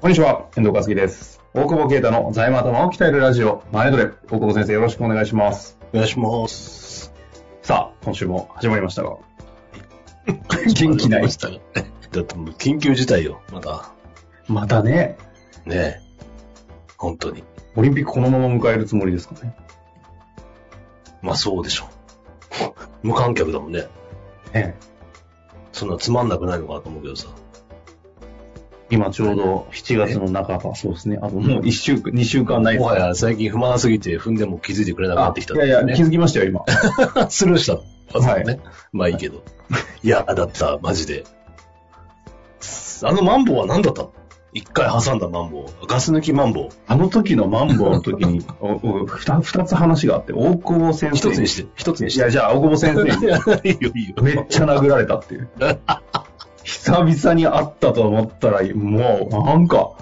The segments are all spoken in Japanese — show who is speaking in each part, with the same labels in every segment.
Speaker 1: こんにちは、遠藤和樹です。大久保啓太の財務頭を鍛えるラジオ、マネトレ。大久保先生、よろしくお願いします。
Speaker 2: お願いします。
Speaker 1: さあ、今週も始まりましたが。元気ない。
Speaker 2: だってもう緊急事態よ、まだ。
Speaker 1: またね、
Speaker 2: ねえ。本当に。
Speaker 1: オリンピックこのまま迎えるつもりですかね。
Speaker 2: まあそうでしょう。無観客だもんね。
Speaker 1: ね
Speaker 2: そんなつまんなくないのかなと思うけどさ。
Speaker 1: 今ちょうど7月の半ば、そうですね。あともう1週間、2週間ないで
Speaker 2: も
Speaker 1: す
Speaker 2: はや最近不満すぎて踏んでも気づいてくれなくなってきた、
Speaker 1: あいやいや、気
Speaker 2: ね。
Speaker 1: づきましたよ、今。
Speaker 2: スルーしたの。あそう
Speaker 1: は
Speaker 2: ね。まあいいけど。いや、だった、マジで。あのマンボウは何だったの一回挟んだマンボウ。ガス抜きマンボウ。
Speaker 1: あの時のマンボウの時 に、おお二二つ話があって、大久保先生
Speaker 2: 一つにして、一つに
Speaker 1: い
Speaker 2: して。
Speaker 1: や、じゃあ、大久保先生 に
Speaker 2: いやいいよ、いいよ。
Speaker 1: めっちゃ殴られたっていう。久々に会ったと思ったら、もう、なんか、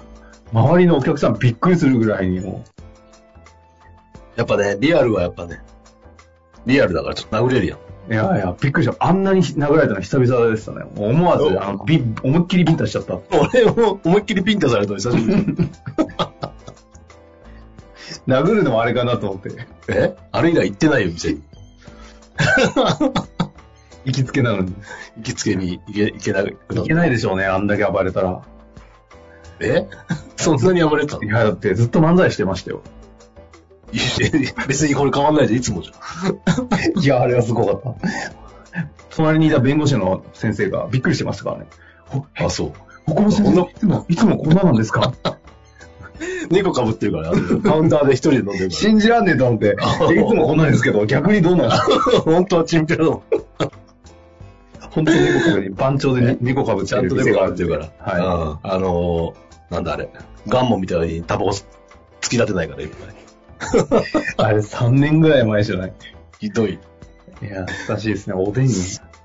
Speaker 1: 周りのお客さんびっくりするぐらいにも
Speaker 2: やっぱね、リアルはやっぱね、リアルだからちょっと殴れるやん。
Speaker 1: う、いやいや、びっくりした。あんなに殴られたの久々でしたね。思わず、あのビ思いっきりビンタしちゃった。
Speaker 2: 俺も思いっきりピンタされたの久しぶりに。
Speaker 1: 殴るのもあれかなと思って、
Speaker 2: えあれ以来行ってないよ、店に。
Speaker 1: 行きつけなのに。
Speaker 2: 行きつけに行け行けなくなっ
Speaker 1: いけないでしょうね、あんだけ暴れたら。
Speaker 2: た。え そんなに暴れてたの
Speaker 1: いや、だってずっと漫才してましたよ。
Speaker 2: いや別にこれ変わんないで、いつもじゃん。
Speaker 1: いや、あれはすごかった。隣にいた弁護士の先生がびっくりしてましたからね。ほ
Speaker 2: あ、そう。
Speaker 1: 大久保先生、いつも、いつもこんななんですか
Speaker 2: 猫被ってるから、ね、カウンターで一人で飲ん でる か
Speaker 1: 信じらんねえと思って、でいつもこんなんですけど、逆にどうなんですか
Speaker 2: ら。本当はチンピラだもん。
Speaker 1: 本当に猫かぶり、番長で ね猫かぶって
Speaker 2: ちゃん
Speaker 1: る
Speaker 2: と
Speaker 1: 店
Speaker 2: 猫
Speaker 1: があ
Speaker 2: 被ってるから。
Speaker 1: はい。
Speaker 2: うん。あのー、なんだあれ。ガンモみたいにタバコ突き立てないから、いっぱい
Speaker 1: あれ3年ぐらい前じゃない。
Speaker 2: ひどい。
Speaker 1: いや、懐かしいですね。おでんに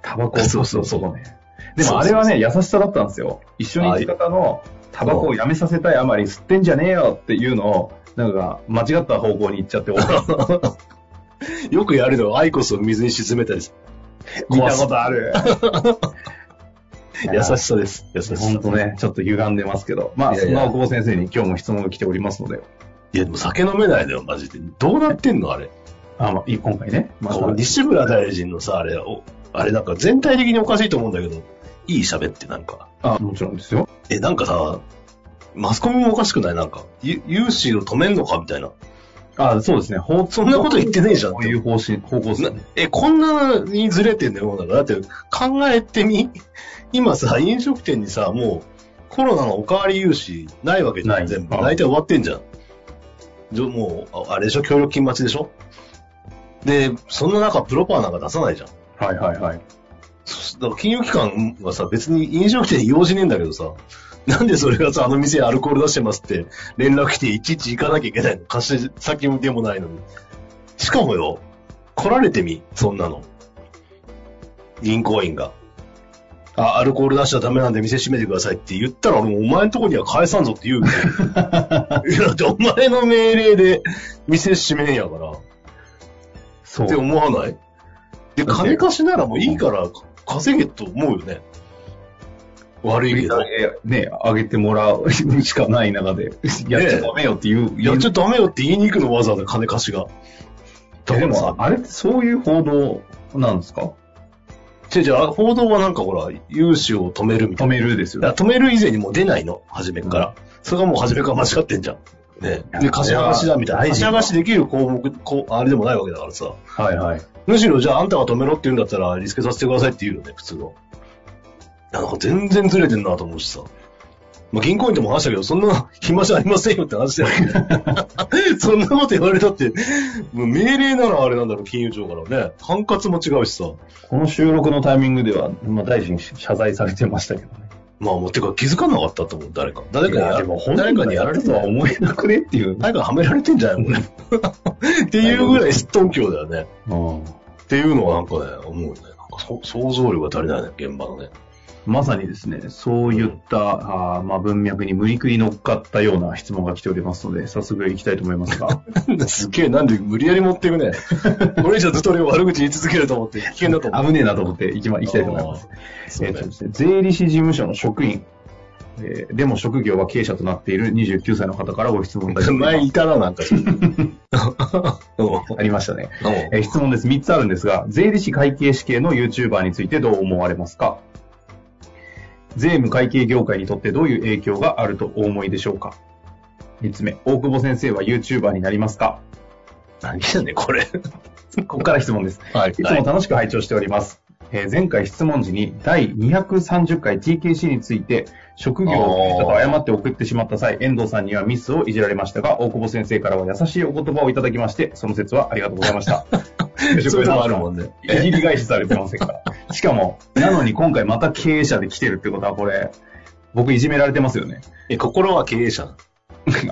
Speaker 1: タバコを
Speaker 2: そうそうそう
Speaker 1: ね。でもあれはね、優しさだったんですよ。一緒に行き方のタバコをやめさせたいあまり吸ってんじゃねえよっていうのを、なんか間違った方向に行っちゃって、
Speaker 2: よくやるの、アイコスを水に沈めた りする。
Speaker 1: 見たことある。
Speaker 2: 優しさです。優しさ。
Speaker 1: 本当ね、ちょっと歪んでますけど。まあ、
Speaker 2: いやい
Speaker 1: そん
Speaker 2: や
Speaker 1: な大久保先生に今日も質問が来ておりますので。
Speaker 2: いや、でも酒飲めないだよ、マジで。どうなってんの、あれ。
Speaker 1: あ、まあ、いい今回ね。まあ
Speaker 2: こう西村大臣のさ、あれ、おあれなんか全体的におかしいと思うんだけど、いい喋って、なんか。
Speaker 1: あ、もちろんですよ。
Speaker 2: え、なんかさ、マスコミもおかしくないなんか、ゆ融資を止めんのかみたいな。
Speaker 1: あ、そうですね。法
Speaker 2: そんなこと言ってねえじゃん
Speaker 1: こういう方針、方向です
Speaker 2: な
Speaker 1: ね。
Speaker 2: え、こんなにずれてんのよ、だから。だって、考えてみ、 今さ、飲食店にさ、もう、コロナのおかわり融資ないわけじゃ、
Speaker 1: なんい
Speaker 2: 全部。
Speaker 1: あ
Speaker 2: 大体終わってんじゃん。じゃもう、ああれでしょ、協力金待ちでしょで、そんな中、プロパーなんか出さないじゃん。
Speaker 1: はいはいはい。
Speaker 2: そだから金融機関はさ、別に飲食店用事ねえんだけどさ、なんでそれがさ、あの店アルコール出してますって連絡来ていちいち行かなきゃいけないの貸し先でもないのに。しかもよ、来られてみ、そんなの。銀行員が。あ、アルコール出しちゃダメなんで店閉めてくださいって言ったら、俺もお前のとこには返さんぞって言うけど。いや、だってお前の命令で店閉めんやから。
Speaker 1: そ
Speaker 2: って
Speaker 1: う。
Speaker 2: 思わない
Speaker 1: だ
Speaker 2: で、
Speaker 1: って
Speaker 2: 金貸しならもういいから稼げと思うよね。悪いけど。
Speaker 1: ね、あげてもらうしかない中 で、やっちゃダメよっていう。
Speaker 2: いや、ちょ
Speaker 1: っ
Speaker 2: っとダメよって言いに行くのわざわざ金貸しが。だか
Speaker 1: で
Speaker 2: らさ
Speaker 1: も、、あれってそういう報道なんですか
Speaker 2: 違う違う報道はなんかほら、融資を止めるみた
Speaker 1: 止
Speaker 2: い
Speaker 1: めるですよ
Speaker 2: な。
Speaker 1: ね。
Speaker 2: だから止める以前にもう出ないの、初めっから。それがもう初めから間違ってんじゃん。ね
Speaker 1: いや
Speaker 2: で、貸し剥がしだみたいな。
Speaker 1: 大
Speaker 2: 貸
Speaker 1: 事
Speaker 2: し剥がしできる項目、こう、あれでもないわけだからさ。
Speaker 1: はいはい。
Speaker 2: むしろじゃああんたが止めろって言うんだったらリスケさせてくださいって言うよね、普通の。なんか全然ずれてんなと思うしさ。まあ、銀行員とも話したけど、そんな 暇じゃありませんよって話だよね。 そんなこと言われたって、もう命令ならあれなんだろう、金融庁からね。管轄も違うしさ。
Speaker 1: この収録のタイミングでは、まあ、大臣謝罪されてましたけどね。
Speaker 2: まあ、もうてか気づかなかったと思う、誰か。誰かにや誰
Speaker 1: 誰
Speaker 2: か
Speaker 1: か
Speaker 2: に
Speaker 1: にや
Speaker 2: やら
Speaker 1: ら
Speaker 2: れ
Speaker 1: れ
Speaker 2: て
Speaker 1: ると
Speaker 2: た
Speaker 1: は思えなくねって いう。
Speaker 2: 誰かはめられてんじゃないもんね。っていうぐらいすっとんきょうだよね。
Speaker 1: うん
Speaker 2: っていうのはなんかね、思うよね。なんかそ想像力が足りないね、現場のね。
Speaker 1: まさにですね、そういった、あーまあ、文脈に無理くり乗っかったような質問が来ておりますので、早速いきたいと思いますが。
Speaker 2: すげえ、なんで無理やり持っていく ね。これ以上ずっと俺を悪口言い続けると思って、危険だと思う。
Speaker 1: 危ねえなと思って行き,、ま、行きたいと思います。
Speaker 2: そう
Speaker 1: え
Speaker 2: ね
Speaker 1: ーとですね、税理士事務所の職員、えーでも職業は経営者となっている29歳の方からご質問いただきま
Speaker 2: 前
Speaker 1: し
Speaker 2: いたな、なん か。
Speaker 1: たありましたね、えー質問です。3つあるんですが、税理士会計士系の YouTuber についてどう思われますか税務会計業界にとってどういう影響があるとお思いでしょうか ?3 つ目、大久保先生は YouTuber になりますか
Speaker 2: 何やねん、 これ。
Speaker 1: ここから質問です。
Speaker 2: はい
Speaker 1: いつも楽しく拝聴しております。えー前回質問時に第230回 TKC について職業をと誤って送ってしまった際、遠藤さんにはミスをいじられましたが、大久保先生からは優しいお言葉をいただきまして、その説はありがとうございました。
Speaker 2: そういうのもあるもんね。
Speaker 1: いじり返しされてませんから。しかも、なのに今回また経営者で来てるってことはこれ、僕いじめられてますよね。
Speaker 2: え、心は経営者。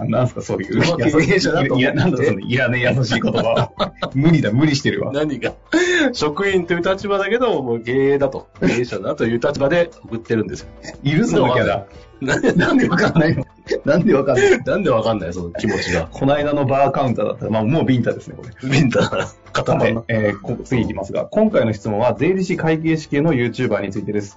Speaker 1: なんすかそういう。
Speaker 2: うまく経営者だと思って
Speaker 1: いや、なんだその、いらねえ優しい言葉。無理だ、無理してるわ。
Speaker 2: 何が。 職員という立場だけど、もう経営だと。経営者だという立場で送ってるんですよ。
Speaker 1: いるそのキャラ。
Speaker 2: なんで、なんでわかんないの
Speaker 1: なんでわかんない
Speaker 2: なんでわかんない、その気持ちが。
Speaker 1: この間のバーカウンターだったら、まあ、もうビンタですね、これ。
Speaker 2: ビンタ、固まんな
Speaker 1: さてえーこ次いきますが、今回の質問は税理士会計士系の YouTuber についてです。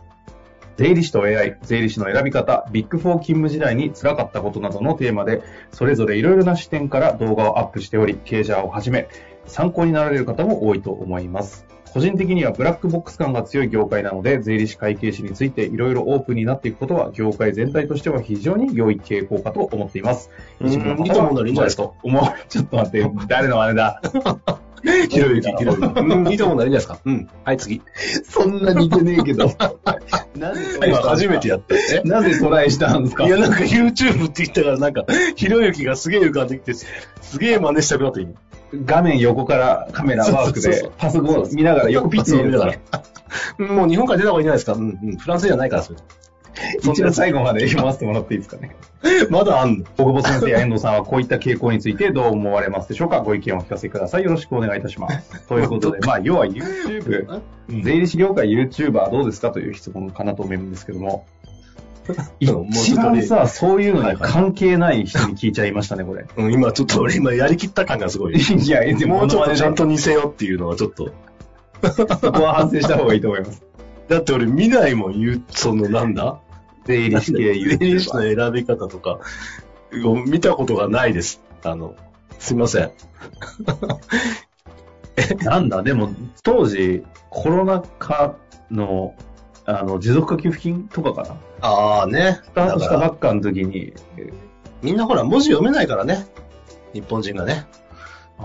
Speaker 1: 税理士と AI、税理士の選び方、ビッグフォー勤務時代に辛かったことなどのテーマで、それぞれいろいろな視点から動画をアップしており、経営者をはじめ、参考になられる方も多いと思います。個人的にはブラックボックス感が強い業界なので、税理士会計士についていろいろオープンになっていくことは、業界全体としては非常に良い傾向かと思っています。
Speaker 2: うんいいと思うんだよいいんじゃないですか
Speaker 1: もう、ちょっと待って、誰の真似 だ。
Speaker 2: ひろゆき、ひろゆき。うん、いいと思うんだいいんじゃないですか。うん。はい、次。
Speaker 1: そんな似てねえけ ど。なんで
Speaker 2: 今初めてやった。え
Speaker 1: なぜトライしたんですか
Speaker 2: いや、なんか YouTube って言ったから、なんか、ひろゆきがすげえ浮かんできて、すげえ真似したくなった、今。
Speaker 1: 画面横からカメラワーク
Speaker 2: そうそうそ
Speaker 1: で
Speaker 2: う
Speaker 1: パソコンを見ながら横ピッチ
Speaker 2: を
Speaker 1: 見
Speaker 2: 見
Speaker 1: な
Speaker 2: な
Speaker 1: が
Speaker 2: が
Speaker 1: ら
Speaker 2: ら。。うんもう日本から出た方がいいんじゃないですか。うんうん。フランスじゃないから、それ。
Speaker 1: 一応最後まで読ませてもらっていいですかね。
Speaker 2: まだあんの。
Speaker 1: 大久保先生や遠藤さんはこういった傾向についてどう思われますでしょうかご意見をお聞かせください。よろしくお願いいたします。ということ で、まあ、要は YouTube、税理士業界 YouTuber どうですかという質問かなと思うんですけども、一番さ、そういうのに関係ない人に聞いちゃいましたね、これ。
Speaker 2: うん、今ちょっと俺今やりきった感がすごい。
Speaker 1: いや、で
Speaker 2: もうちょっとちゃん
Speaker 1: と
Speaker 2: と似せようっていうのはちょっと。
Speaker 1: そこは反省した方がいいと思い ます。
Speaker 2: だって俺見ないもん、言う、そのなんだ
Speaker 1: 税理士系
Speaker 2: 税理士の選び方とか、ご見たことがないです。あの、すいません。
Speaker 1: なんだ、でも当時、コロナ禍のあの持続化給付金とかかな。
Speaker 2: ああね。
Speaker 1: スタートしたばっかの時に、
Speaker 2: みんなほら文字読めないからね。日本人がね。
Speaker 1: あ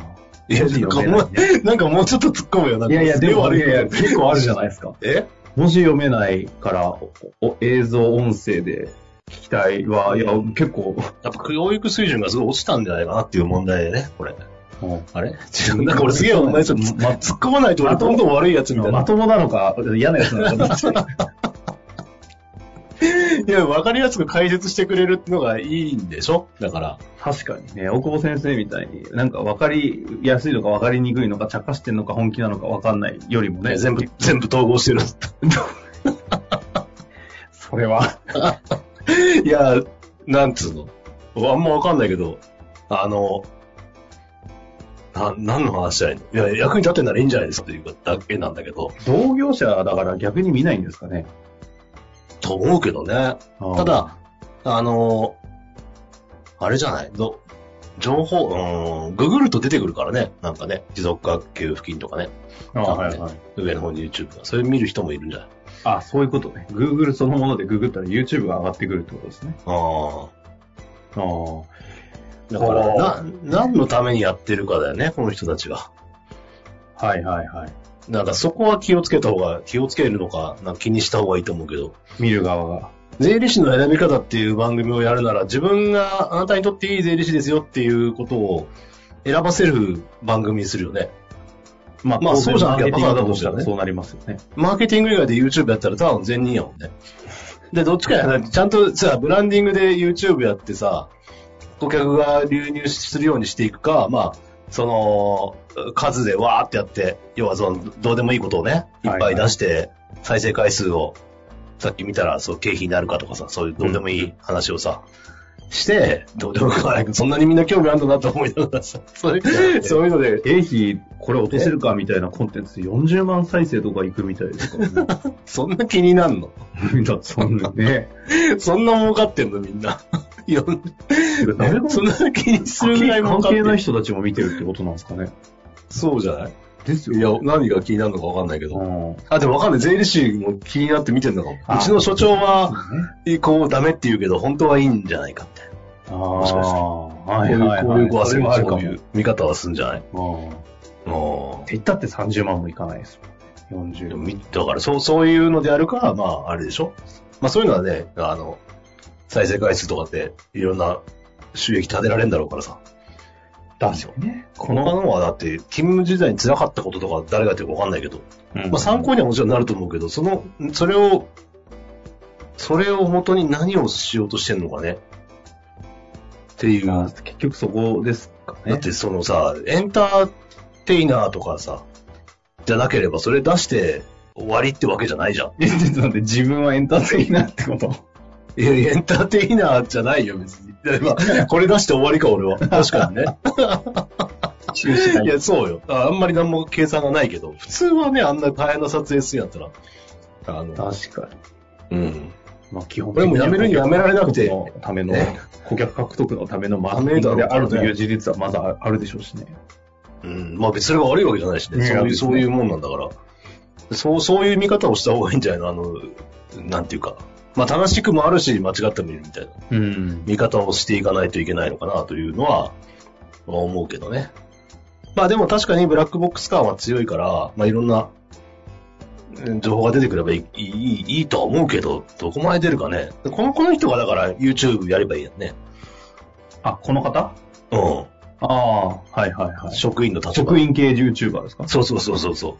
Speaker 1: あ。
Speaker 2: いや、
Speaker 1: 文字
Speaker 2: なんか
Speaker 1: 読め
Speaker 2: も
Speaker 1: な
Speaker 2: うなんかもうちょっと突っ込むよ。なん
Speaker 1: い
Speaker 2: か
Speaker 1: やいや、でも、
Speaker 2: す
Speaker 1: い
Speaker 2: げえ悪
Speaker 1: やいや、
Speaker 2: こと
Speaker 1: 結構あるじゃないですか。
Speaker 2: え
Speaker 1: 文字読めないから、おお映像、音声で聞きたいは、いや、結構、
Speaker 2: やっぱ教育水準がすごい落ちたんじゃないかなっていう問題でね、これ。
Speaker 1: うん
Speaker 2: あれ違う、なんか俺すげえお前ちょっと
Speaker 1: ま
Speaker 2: 突っ込まないと俺どんどん悪いやつみたい
Speaker 1: ま
Speaker 2: な。
Speaker 1: ともなのか、嫌なやつなのかどっち か、
Speaker 2: いや、わかりやすく解説してくれるのがいいんでしょだから。
Speaker 1: 確かにね、大久保先生みたいに、なんか分かりやすいのか分かりにくいのか、茶化してんのか本気なのか分かんないよりもね、
Speaker 2: ね、全部、全部統合してる。
Speaker 1: それは。
Speaker 2: いや、なんつうの。あんまわかんないけど、あの、な、何の話したらいいのいや、役に立てんならいいんじゃないですかというだけなんだけど、
Speaker 1: 同業者だから逆に見ないんですかね。
Speaker 2: と思うけどね。ただ、あの、あれじゃないど情報、うーん、ググると出てくるからね。なんかね、持続化給付金とかね。
Speaker 1: ああ、はいはい。
Speaker 2: 上の方に YouTube が。それ見る人もいるんじゃない
Speaker 1: あそういうことね。Google そのものでググったら YouTube が上がってくるってことですね。
Speaker 2: ああ。
Speaker 1: ああ。
Speaker 2: だから、
Speaker 1: ほう
Speaker 2: な、何のためにやってるかだよね、この人たちが。
Speaker 1: はいはいはい。
Speaker 2: なんかそこは気をつけた方が、気をつけるのか、なんか気にした方がいいと思うけど。
Speaker 1: 見る側が。
Speaker 2: 税理士の選び方っていう番組をやるなら、自分があなたにとっていい税理士ですよっていうことを選ばせる番組にするよね。
Speaker 1: まあ、
Speaker 2: まあ
Speaker 1: 当然
Speaker 2: そうじゃなきゃ
Speaker 1: マーケティングだと
Speaker 2: バカだと
Speaker 1: し
Speaker 2: し
Speaker 1: ら
Speaker 2: たたら
Speaker 1: ね
Speaker 2: ね
Speaker 1: そうなりますよね。
Speaker 2: マーケティング以外で YouTube やったらただの善人やもんね。で、どっちかやな、ちゃんとさ、ブランディングで YouTube やってさ、顧客が流入するようにしていくか、まあ、その、数でわーってやって、要はその、どうでもいいことをね、いっぱい出して、再生回数を、さっき見たら、そう、経費になるかとかさ、そういうどうでもいい話をさ、して、どうでもよくはないけどそんなにみんな興味あるんだなと思いながらさ、そういう、そういうので、
Speaker 1: 経費、これ落とせるかみたいなコンテンツ40万再生とかいくみたいですからね。
Speaker 2: そんな気になんの
Speaker 1: み んな、そんなね。
Speaker 2: そんな儲かってんのみんな。 いや、
Speaker 1: 誰が
Speaker 2: そんな気にするぐらい儲
Speaker 1: 関
Speaker 2: かって
Speaker 1: 係
Speaker 2: ん
Speaker 1: な
Speaker 2: の
Speaker 1: い人たちも見てるってことなんですかね。
Speaker 2: そうじゃない
Speaker 1: です
Speaker 2: いや、何が気になるのかわかんないけ
Speaker 1: う
Speaker 2: ど。
Speaker 1: ん。
Speaker 2: あ、でもわかんない。税理士も気になって見てんのかも
Speaker 1: あ
Speaker 2: うちの所長は、こうダメって言うけど、本当はいいんじゃないかって。
Speaker 1: ああ、
Speaker 2: しかしてこ
Speaker 1: は
Speaker 2: うい、
Speaker 1: いうはいはい。
Speaker 2: こういうご
Speaker 1: それ
Speaker 2: 焦り
Speaker 1: はある
Speaker 2: そ
Speaker 1: か
Speaker 2: う
Speaker 1: も。
Speaker 2: いう見方はするんじゃない
Speaker 1: うんって
Speaker 2: も
Speaker 1: 言ったって30万もいかないですもん。
Speaker 2: うで
Speaker 1: 40
Speaker 2: も
Speaker 1: 万。
Speaker 2: みだから、そう、そういうのであるか、まあ、あれでしょまあ、そういうのはね、あの、再生回数とかって、いろんな収益立てられるんだろうからさ。
Speaker 1: だよね。
Speaker 2: この方はだって、勤務時代に辛かったこととか誰がやってるかわかんないけど、まあ参考にはもちろんなると思うけど、その、それを、それを元に何をしようとしてんのかね。っていう。
Speaker 1: まあ
Speaker 2: だ
Speaker 1: 結局そこですかね
Speaker 2: っ。てそのさ、エンターテイナーとかさ、じゃなければそれ出して終わりってわけじゃないじゃん。
Speaker 1: え、ちょっと待って、自分はエンターテイナーってこと
Speaker 2: いや、エンターテイナーじゃないよ、別に。だからま あこれ出して終わりか、俺は。確かにね。いや、そうよ。ああんまり何も計算がないけど、普通はね、あんな大変な撮影するんやったら。あの、
Speaker 1: 確かに。
Speaker 2: うん。
Speaker 1: まあ基本
Speaker 2: これもやめるにやめられなくて
Speaker 1: 顧客獲得のための
Speaker 2: ね、
Speaker 1: 顧客獲得のためのマーケティングであるという事実はまずあるでしょうしね。
Speaker 2: うん。まあ別にそれが悪いわけじゃないしね。
Speaker 1: ね
Speaker 2: そういう、
Speaker 1: そう
Speaker 2: そ
Speaker 1: ですね
Speaker 2: ういうもんなんだから。そう、そういう見方をした方がいいんじゃないのあの、なんていうか。まあ正しくもあるし、間違ってもいるみたいな
Speaker 1: うん。
Speaker 2: 見方をしていかないといけないのかなというのは、まあ思うけどね。まあでも確かにブラックボックス感は強いから、まあいろんな、うん情報が出てくればいい、いい、いいとは思うけど、どこまで出るかね。この、この人がだから YouTube やればいいやんね。
Speaker 1: あ、この方
Speaker 2: うん。
Speaker 1: ああ、はいはいはい。
Speaker 2: 職員の立場。
Speaker 1: 職員系 YouTuber ですか
Speaker 2: そうそうそうそうそう。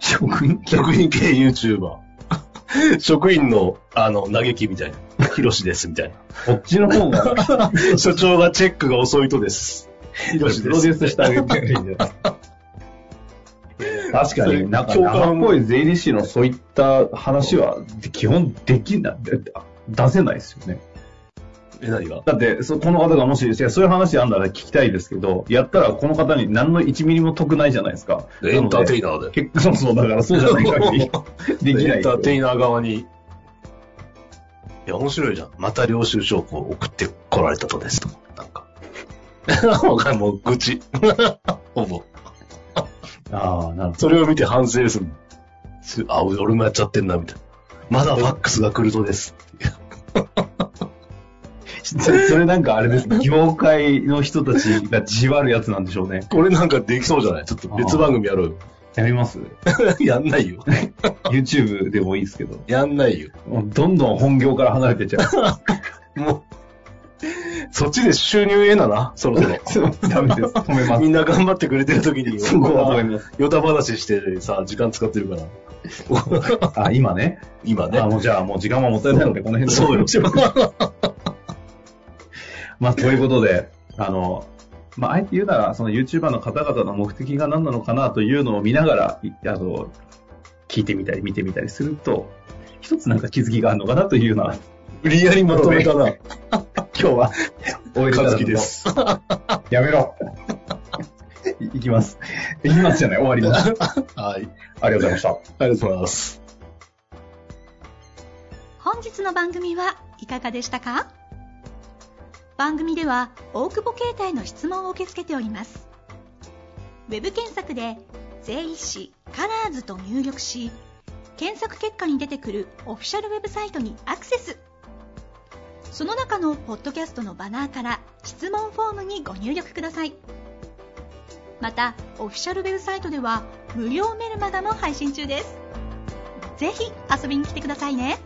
Speaker 1: 職員
Speaker 2: 職員系 YouTuber。職員の、あの、嘆きみたいな。ヒロシです、みたい
Speaker 1: こっちの方が、
Speaker 2: な。 所長がチェックが遅いとです。ヒ
Speaker 1: プロ
Speaker 2: ロ
Speaker 1: デ
Speaker 2: シです。
Speaker 1: ュースしてあげてるんで。確か
Speaker 2: それ
Speaker 1: に、なんか
Speaker 2: 共感
Speaker 1: 生っぽい税理士のそういった話は基本できない、出せないですよね。
Speaker 2: え、何が
Speaker 1: だって、そこの方がもし、いやそういう話あんだら聞きたいですけど、やったらこの方に何の1ミリも得ないじゃないですか。
Speaker 2: エンターテイ
Speaker 1: ナ
Speaker 2: ナーで。
Speaker 1: 結構そうだからそうじゃない限りで きない。
Speaker 2: エンターテイナー側に。いや、面白いじゃん。また領収証拠を送ってこられたとですと。なん か。わかんないもう愚痴。 ほぼ。
Speaker 1: ああ、なるほ
Speaker 2: それを見て反省する。すあ、俺俺もやっちゃってんな、みたいな。まだファックスが来るとです。
Speaker 1: ど。 それそれなんかあれですね、業界の人たちがじわるやつなんでしょうね。
Speaker 2: これなんかできそうじゃないちょっと別番組やろうよ。
Speaker 1: やります
Speaker 2: やんないよ。
Speaker 1: ?YouTube でもいいですけど。
Speaker 2: やんないよ。
Speaker 1: もうどんどん本業から離れてっちゃう。
Speaker 2: もう、そっちで収入ええなな、そろそろ。
Speaker 1: ダメです。止めま
Speaker 2: み
Speaker 1: す。
Speaker 2: んな頑張ってくれてる時 に、
Speaker 1: そこは止めます。
Speaker 2: ヨタ話してさ、時間使ってるから。
Speaker 1: あ、今ね。
Speaker 2: 今ね
Speaker 1: あ、。もうじゃあもう時間はもったいないので、この辺で。
Speaker 2: そうよ。
Speaker 1: まあ、ということで、あの、まあ、あえて言うなら、その YouTuber の方々の目的が何なのかなというのを見ながら、いあの、聞いてみたり、見てみたりすると、一つなんか気づきがあるのかなというような、
Speaker 2: 無理やりまとめたな。
Speaker 1: 今日 は、お
Speaker 2: かず
Speaker 1: き
Speaker 2: きです。
Speaker 1: やめろ。いいきます。いきますじゃない、終わります。
Speaker 2: はい。
Speaker 1: ありがとうございました。
Speaker 2: ありがとうございます。
Speaker 3: 本日の番組はいかがでしたか番組では大久保携帯の質問を受け付けておりますウェブ検索で「税理士カラーズと入力し検索結果に出てくるオフィシャルウェブサイトにアクセスその中のポッドキャストのバナーから質問フォームにご入力くださいまたオフィシャルウェブサイトでは無料メルマガも配信中ですぜひ遊びに来てくださいね